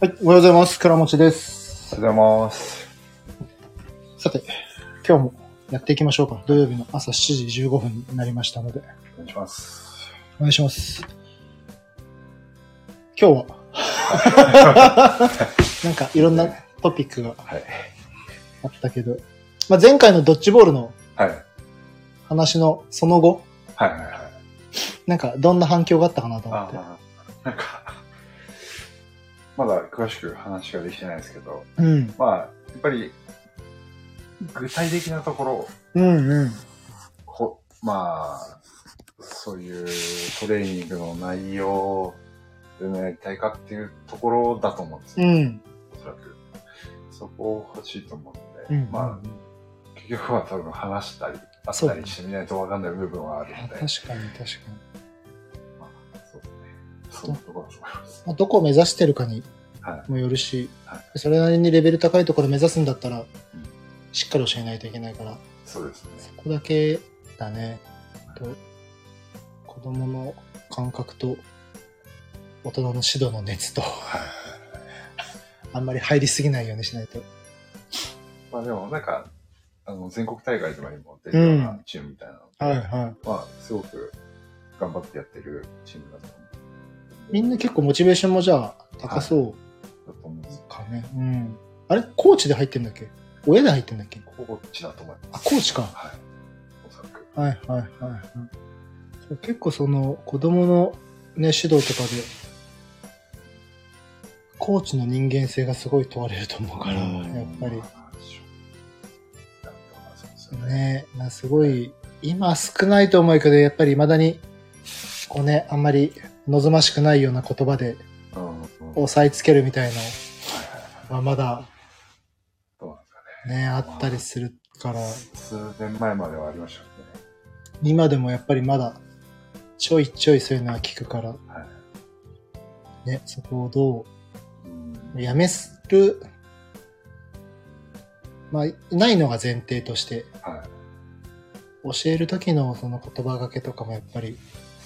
はい、おはようございます。倉持です。おはようございます。さて、今日もやっていきましょうか。土曜日の朝7時15分になりましたので、お願いします。お願いします。今日は、 なんかいろんなトピックがはい。あったけど、まあ、前回のドッジボールのはい。話のその後、はいはいはい。なんかどんな反響があったかなと思って。ああ、なんか、 まだ詳しく話ができてないですけど、うん。まあ、やっぱり、具体的なところ、うんうん。こまあ、そういうトレーニングの内容をどのやりたいかっていうところだと思うんですうよ、ん。おそらく。そこ欲しいと思ううんんで、。まあ、結局は多分話したり、会ったりしてみないとわかんない部分はあるあの確で。かに確かに。まあ、そうですね。そんなところだと思います。まあ、どこを目指してるかにはもよるし、はそれなりにレベル高いところを目指すんだったら、んしっかり教えないといけないから、そうですね。そこだけだね。と子供の感覚と、大人の指導の熱と、はい。あんまり入りすぎないようにしないと。まあでも、なんか、あの、全国大会とかにも出るようなチームみたいなの、はいはまあ、すごく頑張ってやってるチームだと思う。みんな結構モチベーションもじゃあ高そだと思うんですうかね。うん。あれコーチで入ってんだっけ親で入ってんだっけここっちだと思いまあ、す。コーチか。はい。おそらく。はいはいはいはいそう。結構その子供のね、指導とかで、コーチの人間性がすごい問われると思うから、やっぱりまあ。なんとかそうですよね。ね、まあ、すごい、今少ないと思うけど、やっぱり未だに、こうね、あんまり望ましくないような言葉でうん。うん押さえつけるみたいのはいはいはい。はまだどうなんですかね、あったりするから、ね。数年前まではありましたけどね。今でもやっぱりまだちょいちょいそういうのは聞くから、はね、そこをどうい。うんやめする、まあ、ないのが前提として、はい。教える時のその言葉がけとかもやっぱり、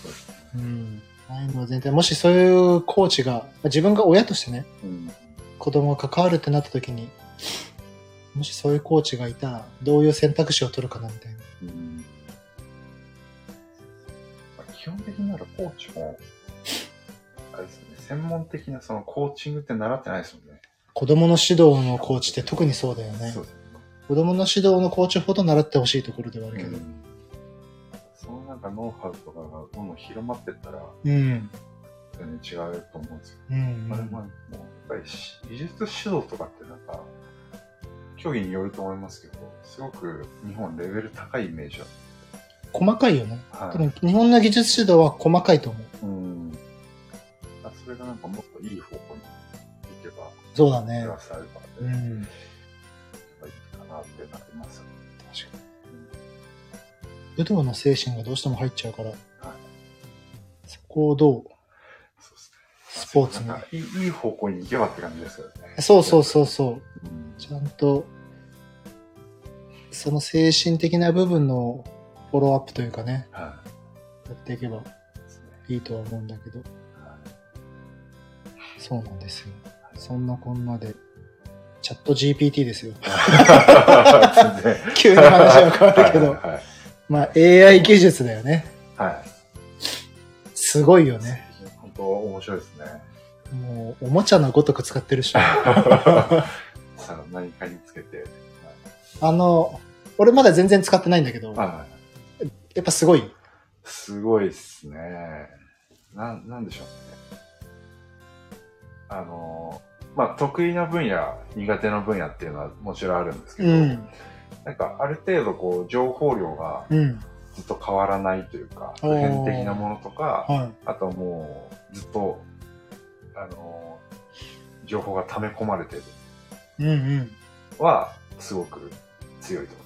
そうですね。うん、ないのが前提。もしそういうコーチが、まあ自分が親としてね、うん。子供が関わるってなった時に、もしそういうコーチがいたら、どういう選択肢を取るかなみたいな。うんまあ基本的にならコーチも、あれですね、専門的なそのコーチングって習ってないですもんね。子供の指導のコーチって特にそうだよねそ。うですね。子供の指導のコーチほど習ってほしいところではあるけど。そのなんかノウハウとかがどんどん広まってったら、うん。全然違うと思うんですよ。うん。うんまあでも、もうやっぱりし技術指導とかってなんか、競技によると思いますけど、すごく日本レベル高いイメージは。細かいよね。は多分日本の技術指導は細かいと思う。うん。あそれがなんかもっといい方向に行けば、そうだプね。ラスアルファで。うん。がいいかなってなってますよね。確かに。武道の精神がどうしても入っちゃうから、そこをどう、そうですね。スポーツになんかいいいい方向に行けばって感じですよね。。そうそうそうそうんう、ちゃんと、その精神的な部分のフォローアップというかね、はやっていけばい。ですね。いいとは思うんだけど、はいそうなんですよ。そんなこんなで、チャット GPT ですよ。 全然。急に話は変わるけど、はい。まあ AI 技術だよね。はい。すごいよね。本当面白いですね。もう、おもちゃのごとく使ってるっしょ。さあ、何かにつけて。あの、俺まだ全然使ってないんだけど、やはい。っぱすごい。すごいっすね。なん、なんでしょうね。あの、まあ、得意な分野、苦手な分野っていうのはもちろんあるんですけど、うん。なんかある程度こう、情報量がうん。ずっと変わらないというか、お普ー遍的なものとか、はあともうずっと、あの、情報が溜め込まれてるい。うんうん。は、すごく強いと思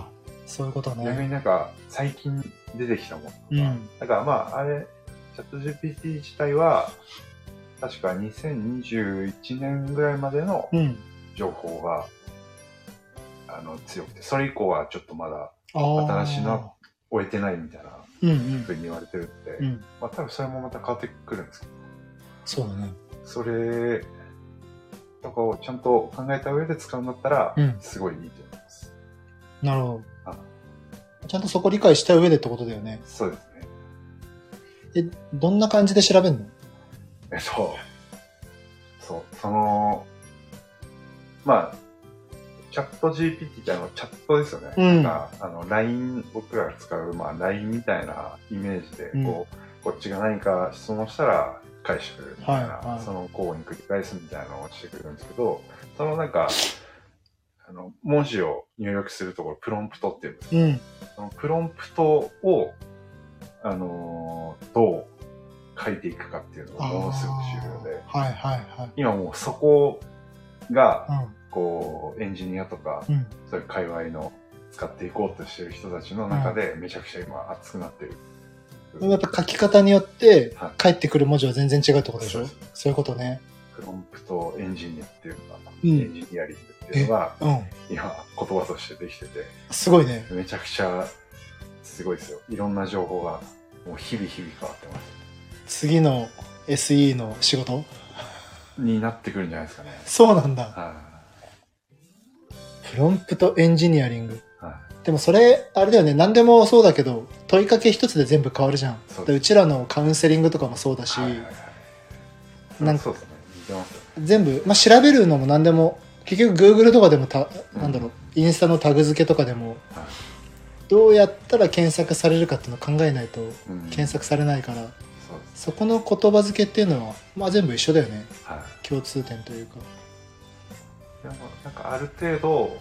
あ、そういうことう。逆ね。になんか最近出てきたものとか、うん。だからまああれ、チャット GPT 自体は、確か2021年ぐらいまでのうん。情報が、あの、強くて、それ以降はちょっとまだあー新しいな。終えてないみたいなうんうふん。うに言われてるんで、うん。まあ多分それもまた変わってくるんですけど、そうだね。それとかをちゃんと考えた上で使うんだったら、うんすごいいいと思います。なるほあど。ちゃんとそこ理解した上でってことだよね。そうですね。え、どんな感じで調べるのえっと、そう、その、まあ、チャット GPT ってあの、チャットですよね。うんなんか、あの、LINE、僕らが使う、まあ、LINE みたいなイメージで、こう、こっちが何か質問したら返してくれるみたいな、はいはいその項に繰り返すみたいなのをしてくれるんですけど、そのなんか、あの、文字を入力するところ、プロンプトっていうんですうん。そのプロンプトを、あのーどう書いていくかっていうのがものすごく重要で、あーはいはい今もうそこが、はい。こう、エンジニアとか、うん。うん。そういう界隈の使っていこうとしてる人たちの中で、めちゃくちゃ今熱くなってる。でもやっぱ書き方によってはい返ってくる文字は全然違うってことでしょ、そうですそういうことね。プロンプトエンジニアっていうか、うんエンジニアリングっていうのが、うん。今言葉としてできてて、すごいね。めちゃくちゃすごいですよ。いろんな情報が、もう日々日々変わってます。次の SE の仕事になってくるんじゃないですかね。そうなんだ。はいプロンプトエンジニアリング。はでもそれ、あれだよね。何でもそうだけど、問いかけ一つで全部変わるじゃん。そうでうちらのカウンセリングとかもそうだいし、はいはいはいなんかそうですね。似てますよね。全部、まあ、調べるのも何でも結局 Google とかでもたなんだろうインスタのタグ付けとかでもはいどうやったら検索されるかっていうのを考えないとうん、検索されないからそうです。そこの言葉付けっていうのは、まあ、全部一緒だよねは共通点というかい。でもなんかある程度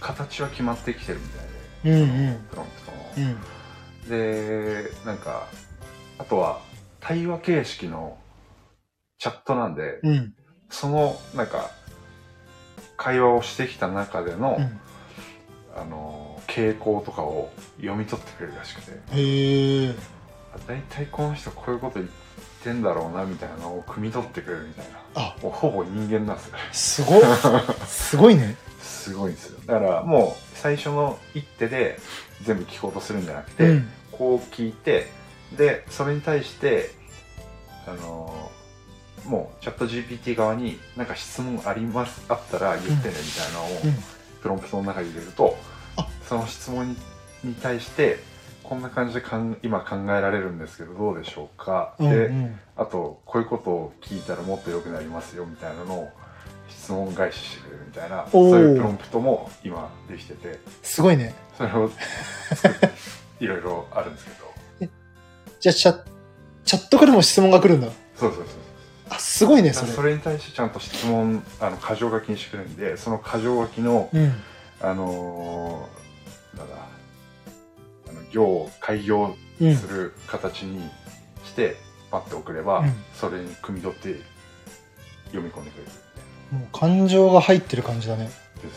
形は決まってきてるみたいで、うんうんプロンプトも。うんで、なんかあとは対話形式のチャットなんで、うんそのなんか会話をしてきた中での、うんあの傾向とかを読み取ってくれるらしくて、へえあ大体この人こういうこと言ってんだろうなみたいなのを汲み取ってくれるみたいな。あもうほぼ人間なんですよす ごっすごいねすごいんですよだからもう最初の一手で全部聞こうとするんじゃなくて、うんこう聞いてでそれに対してあのーもうチャット GPT 側に何か質問ありますあったら言ってねみたいなのをうんプロンプトの中に入れると、あその質問にに対してこんな感じでかん今考えられるんですけどどうでしょうか、うんでうんあと、こういうことを聞いたらもっと良くなりますよみたいなのを質問返ししてくれるみたいな、おーそういうプロンプトも今できてて、すごいねそれをいろいろあるんですけど、じゃあチャチャットからも質問が来るんだそうそうそうそう。あすごいねだそかられそれに対してちゃんと質問、あの、箇条書きにしてくれるんで、その箇条書きの、うんあのーなんだ、あの、行を開業うんする形にして、パッて送れば、うんそれに汲み取って読み込んでくれるみたいな。もう感情が入ってる感じだねですね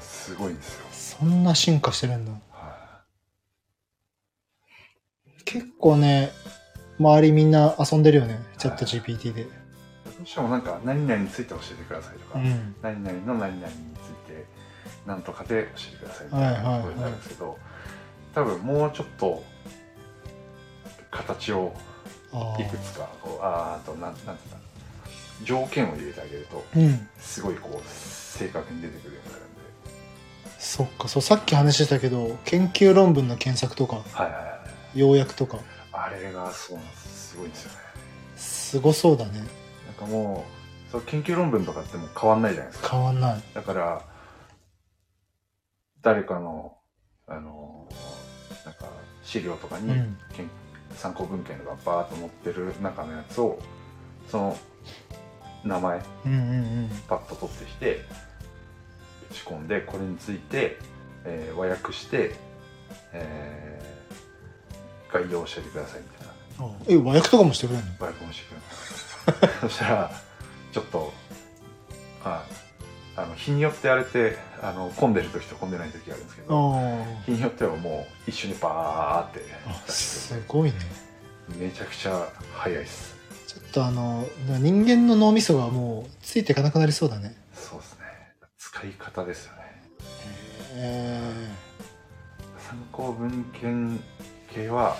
すごいんですよ、そんな進化してるんだは結構ね周りみんな遊んでるよねチャット GPT で、いどうしてもなんか何々について教えてくださいとか、うん何々の何々について何とかで教えてくださいみたいはいはないはいことになるんですけど、多分もうちょっと形をあいくつかこうあーあとなんなんていうか条件を入れてあげるとーうんすごいこう正確に出てくるようになるんでそっかそうさっき話してたけど研究論文の検索とかはいはいはい要約とかあれがそうなんですすごいんですよねすごそうだねなんかもうそう研究論文とかってもう変わんないじゃないですか変わんないだから、誰かの、あの、なんか、資料とかに、うんけん参考文献がバーッと載ってる中のやつを、その、名前、うんうんパッと取ってきて、打ち込んで、これについて、えー和訳して、えー概要を教えてくださいみたいな。うんあえ和訳とかもしてくれるのバイクもしてくれ ます。そしたら、ちょっと、はい。あの、日によってあれって、あの、混んでる時と混んでない時があるんですけど、あ日によってはもう一緒にバーってーあ出してすごいねくれてめちゃくちゃ早いっす。ちょっとあの人間の脳みそがもうついていかなくなりそうだねそうですね。使い方ですよね。え参考文献系は、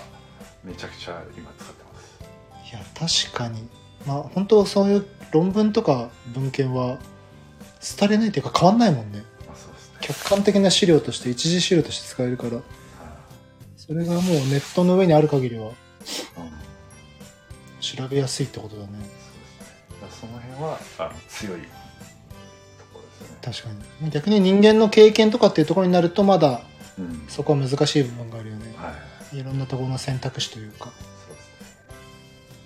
めちゃくちゃ今使ってます。いや確かにまあ本当そういう論文とか文献は廃れないというか変わんないもんねあそうですね客観的な資料として一次資料として使えるからはそれがもうネットの上にある限りはいうん調べやすいってことだねそうですね。だからその辺はあの強いところですよね。確かに逆に人間の経験とかっていうところになるとまだうん。そこは難しい部分があるよねはい。いろんなところの選択肢というかそうですね。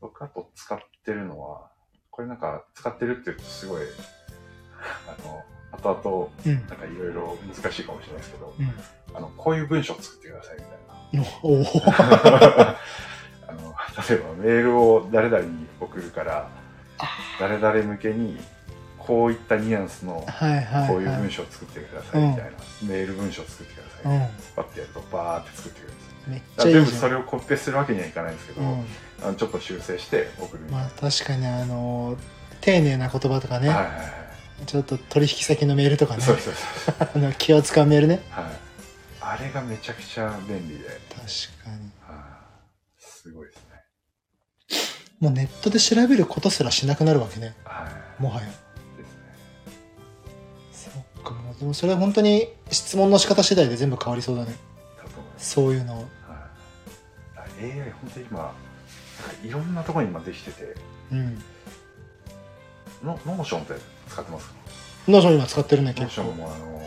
僕あと使ってるのは、これなんか使ってるって言うとすごい、あの、後うん々、なんかいろいろ難しいかもしれないですけど、うんあの、こういう文章作ってくださいみたいな。おお あの例えばメールを誰々に送るからあ誰々向けにこういったニュアンスのはいはい、はい、こういう文章を作ってくださいみたいな、メール文章を作ってください、パッてやるとバーって作ってくれるんですようんめっだちゃかいらいじゃん全部それをコピペするわけにはいかないんですけど、うんあのちょっと修正して送るみたまいなあ、確かにあの丁寧な言葉とかね、はいはいはいちょっと取引先のメールとかねそうそうそう あの気を使うメールねはいあれがめちゃくちゃ便利で、はい確かにすごいですねもうネットで調べることすらしなくなるわけねはいもはやですねそっかでもそれは本当に質問の仕方次第で全部変わりそうだねだと思いますそういうのをはい、AI 本当に今なんかいろんなところに今できててうんノノーションって使ってますかノーション今使ってるねノー結ション構もあの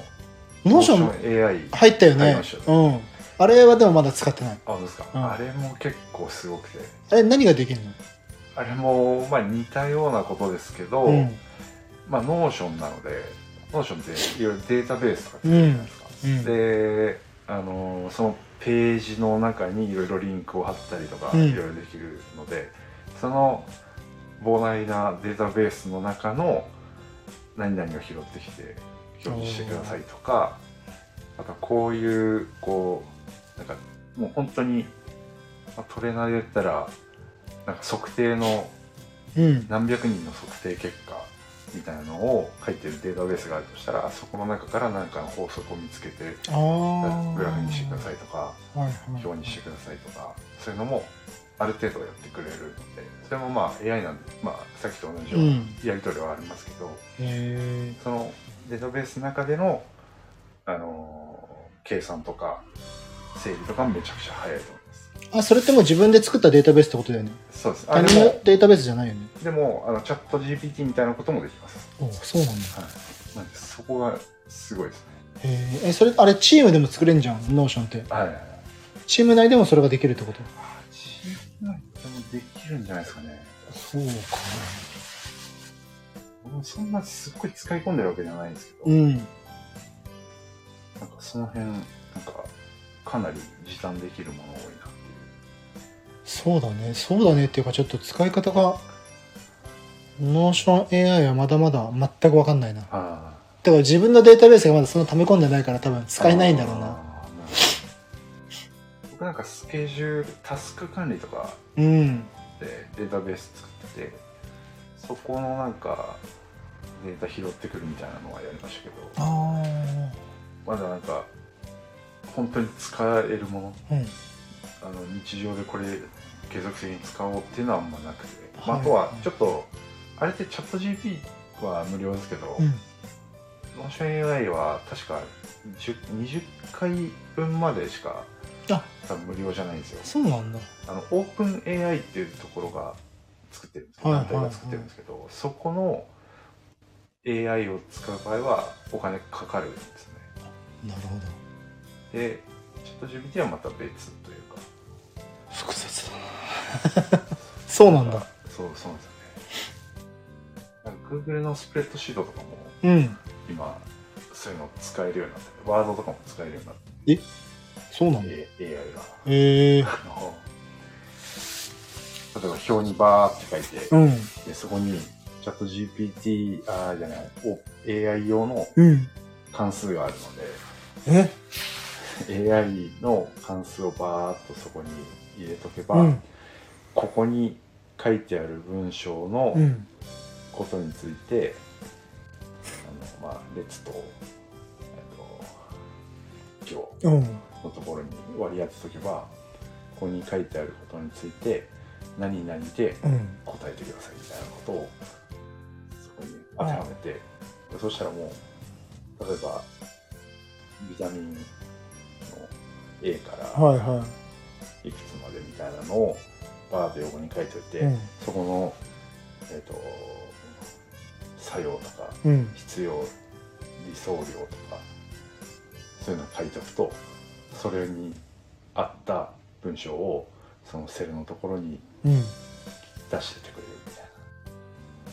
ノーション AI 入ったよ入りねましたうんあれはでもまだ使ってないあどうですか、うんあれも結構すごくてあれ何ができるのあれもまあ似たようなことですけど、うんまあノーションなのでノーションっていろいろデータベースとか作るじゃないですか、うんうんであのそのページの中にいろいろリンクを貼ったりとかうんいろいろできるので、その膨大なデータベースの中の何々を拾ってきて表示してくださいとかあとこういうこうなんかもう本当に、まあ、トレーナーで言ったらなんか測定のうん何百人の測定結果みたいなのを書いてるデータベースがあるとしたらそこの中から何かの法則を見つけてああグラフにしてくださいとかい、はいはい、表にしてくださいとかそういうのもある程度やってくれるのでそれもまあ AI なんで、まあ、さっきと同じよううんなやり取りはありますけど、へそのデータベースの中での、あのー計算とか整理とかめちゃくちゃ早いと思いますえあそれってもう自分で作ったデータベースってことだよねそうです他あで人のもデータベースじゃないよねでもあのチャット GPT みたいなこともできますおそうなんだはい、なんでそこがすごいですね。へええそれあれチームでも作れんじゃんノーションってはい。チーム内でもそれができるってことチーム内でもできるんじゃないですかね。そうか僕もそんなすっごい使い込んでるわけじゃないんですけど、うんなんかその辺、なんかかなり時短できるもの多いなっていう。そうだねそうだねっていうかちょっと使い方がノーション AI はまだまだ全く分かんないなだあから自分のデータベースがまだそんな溜め込んでないから多分あ使えないんだろうなあーなるほど僕なんかスケジュール、タスク管理とかうんでデータベース作ってて、そこのなんかデータ拾ってくるみたいなのはやりましたけど、あまだなんか本当に使えるものあうんあの日常でこれ継続的に使おうっていうのはあんまなくて、まはあ、いあとはちょっとあれってチャット GP は無料ですけど、うんノーション AI は確か10 20回分までしかあ多分無料じゃないんですよそうなんだあのオープン AI っていうところが作ってるんですよはいはい団体が作ってるんですけど、そこの AI を使う場合はお金かかるんですねなるほどでチャット GPT はまた別というか複雑だなそうなんだそうそうなんですよねなんか Google のスプレッドシートとかもうん今そういうの使えるようになってワードとかも使えるようになっそうなんだて A- AI がへえあの例えば表にバーって書いてうんでそこにチャット GPT あーじゃないお AI 用のうん関数があるえので AI の関数をバーっとそこに入れとけば、うんここに書いてある文章の、うんことについてあの、まあ、列と,、えっと行うんのところに割り当てとけばここに書いてあることについて何々でうん答えてくださいみたいなことをそこに当てはめて、そしたらもう例えばビタミンの A からはいはいくつまでみたいなのをバーで横に書いておいて、いうんそこの、えー、と作用とかうん必要理想量とかそういうのを書いておくとそれに合った文章をそのセルのところにうん出してって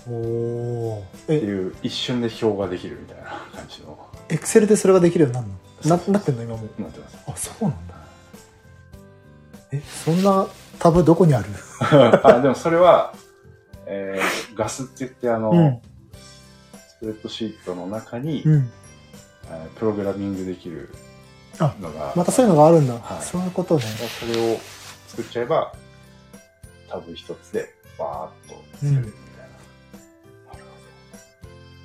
くれるみたいな。おおってえいう一瞬で表ができるみたいな感じ のエクセルでそれができるようになるのななってんの今もうなってますあ そうなんだえそんなタブどこにあるあでもそれは、えーガスって言ってあの、うんスプレッドシートの中に、うんえープログラミングできるあのがまたそういうのがあるんだ、はいそういうことねそれを作っちゃえばタブ一つでバーッと作れるみたい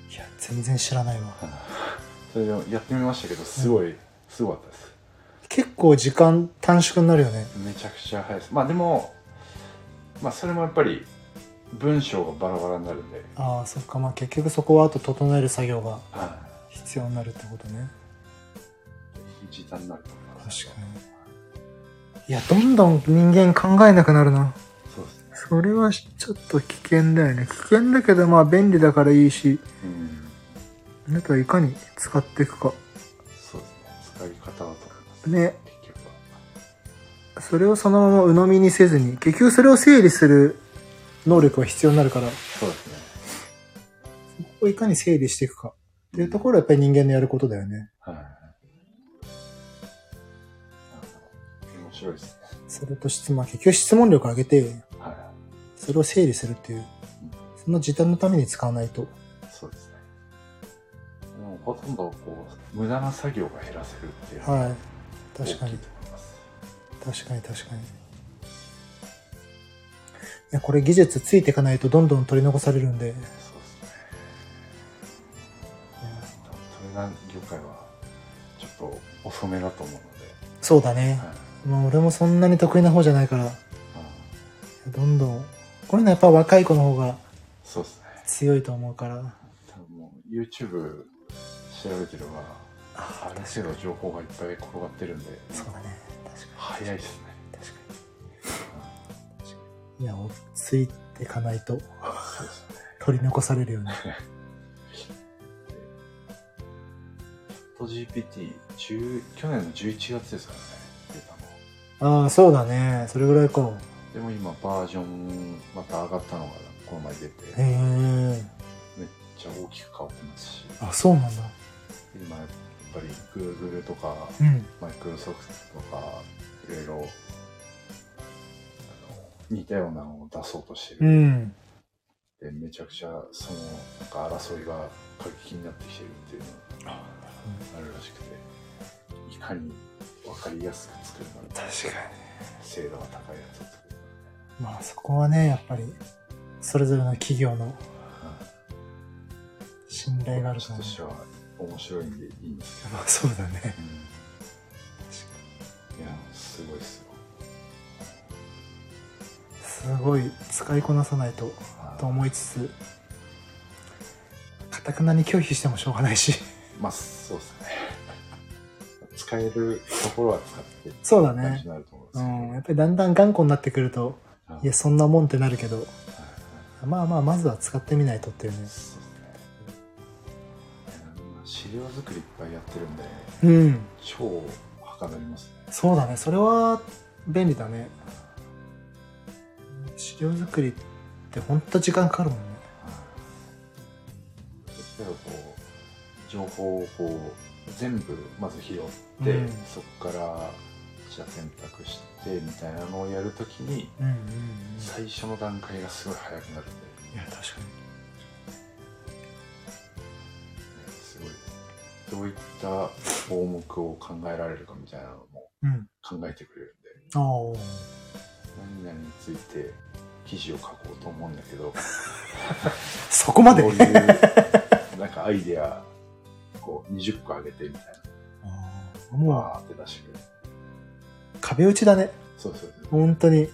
いや全然知らないわな、それでもやってみましたけどすごい、すごかったです結構時間短縮になるよねめちゃくちゃ早いですまあでもまあそれもやっぱり文章がバラバラになるんで、ああそっかまあ結局そこはあと整える作業がはい必要になるってことね時短になると思います確かにいやどんどん人間考えなくなるなそうですねそれはちょっと危険だよね危険だけどまあ便利だからいいしうんあなたはいかに使っていくかそうですね使い方だと思いますね結局はそれをそのまま鵜呑みにせずに結局それを整理する能力は必要になるからそうですねそこをいかに整理していくかっていうところろはやっぱり人間のやることだよねはいなるほど面白いですねそれと質問結局質問力上げてはそれを整理するっていうその時短のために使わないといそうですねでもほとんどこう無駄な作業が減らせるっていうのがはい大き確いとか思いにます確かに確かにいやこれ技術ついていかないとどんどん取り残されるんでそうですねそれが業界はちょっと遅めだと思うので、そうだねはいまあ俺もそんなに得意な方じゃないからうん、どんどんこういうのはやっぱ若い子の方がそうですね強いと思うから多分もう YouTube 調べてればある程度情報がいっぱい転がってるんでそうだね確か早いですねに確かに確かにいや落ち着いていかないとそうですね取り残されるよね GPT 10去年の11月ですからね出たのああそうだねそれぐらいかでも今バージョンまた上がったのがこの前出てへえめっちゃ大きく変わってますしあそうなんだ今やっぱり Google とかうんマイクロソフトとかいろいろあの似たようなのを出そうとしてるうんでめちゃくちゃそのなんか争いが過激になってきてるっていうのがあるらしくていかに分かりやすく作るか確か精度が高いやつを作るかにまあそこはねやっぱりそれぞれの企業の信頼がある私から、ね、としては面白いんでいいんですけど、まあそうだねいやすごいっすよすごい使いこなさないとと思いつつかたくなに拒否してもしょうがないしまあそうですね 使えるところは使ってそうだね感じになると思うんでうすけどんやっぱりだんだん頑固になってくるとうんいやそんなもんってなるけどはいまあまあまずは使ってみないとっていうねそうですねうん資料作りいっぱいやってるんでうん超はかどりますねそうだねそれは便利だね資料作りってほんと時間かかるもんね例えばこう情報をこう全部まず拾って、うんそこからじゃあ選択してみたいなのをやるときにうんうんうん最初の段階がすごい早くなるんで、いや確かねすごいどういった項目を考えられるかみたいなのもにうん考えてくれるんでああ何々について記事を書こうと思うんだけどそこまでこういうなんかアイデアこう20個あげてみたいああなもわーって出してくれるう壁打ちだねそうそうそう本当に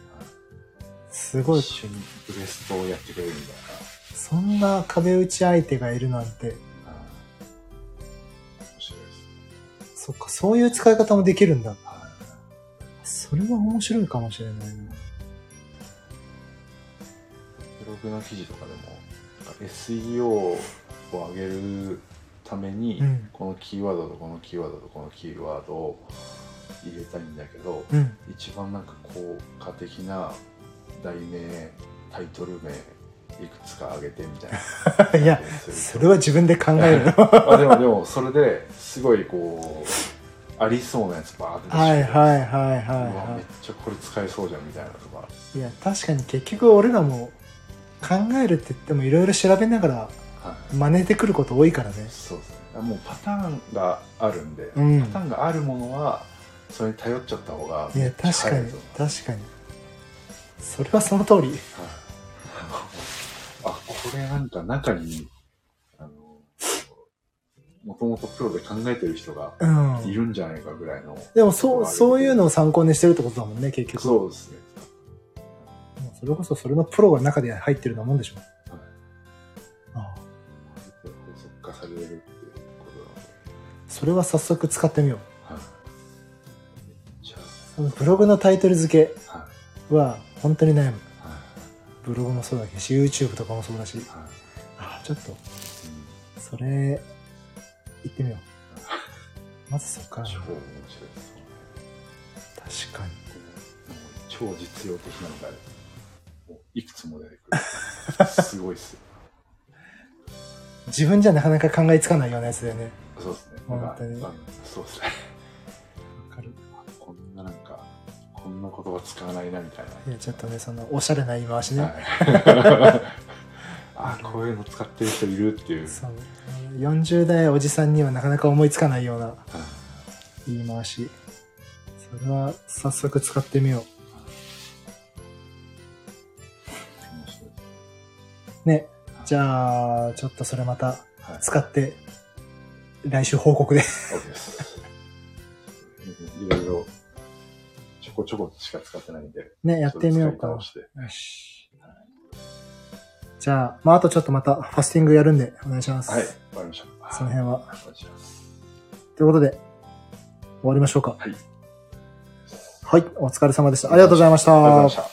すごい一緒にブレストをやってくれるんだからそんな壁打ち相手がいるなんてあー面白いですそっかそういう使い方もできるんだはいそれは面白いかもしれないなブログの記事とかでも SEO を上げるために、うんこのキーワードとこのキーワードとこのキーワードを入れたいんだけどうん一番なんか効果的な題名タイトル名いくつか上げてみたい いなやそれは自分で考えるの あでもでもそれですごいこうありそうなやつバーって出はいしてはいはいうわめはっちゃこれ使えそうじゃんみたいなといかはいいや確かに結局俺らも考えるって言ってもいろいろ調べながらはい真似てくること多いからねそうですねあもうパターンがあるんで、うんパターンがあるものはそれに頼っちゃった方がいや確か早いにと確かにそれはその通りはいあこれなんか中にあのもともとプロで考えてる人がうんいるんじゃないかぐらいの、でもそうそういうのを参考にしてるってことだもんね結局そうですねもうそれこそそれのプロが中で入ってるようなもんでしょ、ああ法則化されるっていうことなんで、それは早速使ってみよはい、めっちうブログのタイトル付けゃはいは本当に悩むはブログもそうだけどし YouTube とかもそうだしいはいああちょっとうんそれ行ってみよ うまずそっから超確面白いですねかに超実用的なのがもういくつも出てくるすごいっ すよ自分じゃなかなか考えつかないようなやつだよねそうですね本当になんかあそうですねわかるこんななんかこんな言葉使わないなみたいいやちょっとねそのおしゃれな言い回しね、な、はい、 あこういうの使ってる人いるっていう、そう40代おじさんにはなかなか思いつかないようなはい言い回しそれは早速使ってみよう面白いでね。じゃあ、ちょっとそれまたすはい使って、来週報告で。 OK ですいろいろちょこちょこしか使ってないんでね、やってみようか。ちょっとよ使い倒してし。じゃあ、まあ、あとちょっとまたファスティングやるんで、お願いします。はいわかりましたその辺は。お願いしますということで、終わりましょうか。はいはい、お疲れ様でした。ありがとうございました。ありがとうございました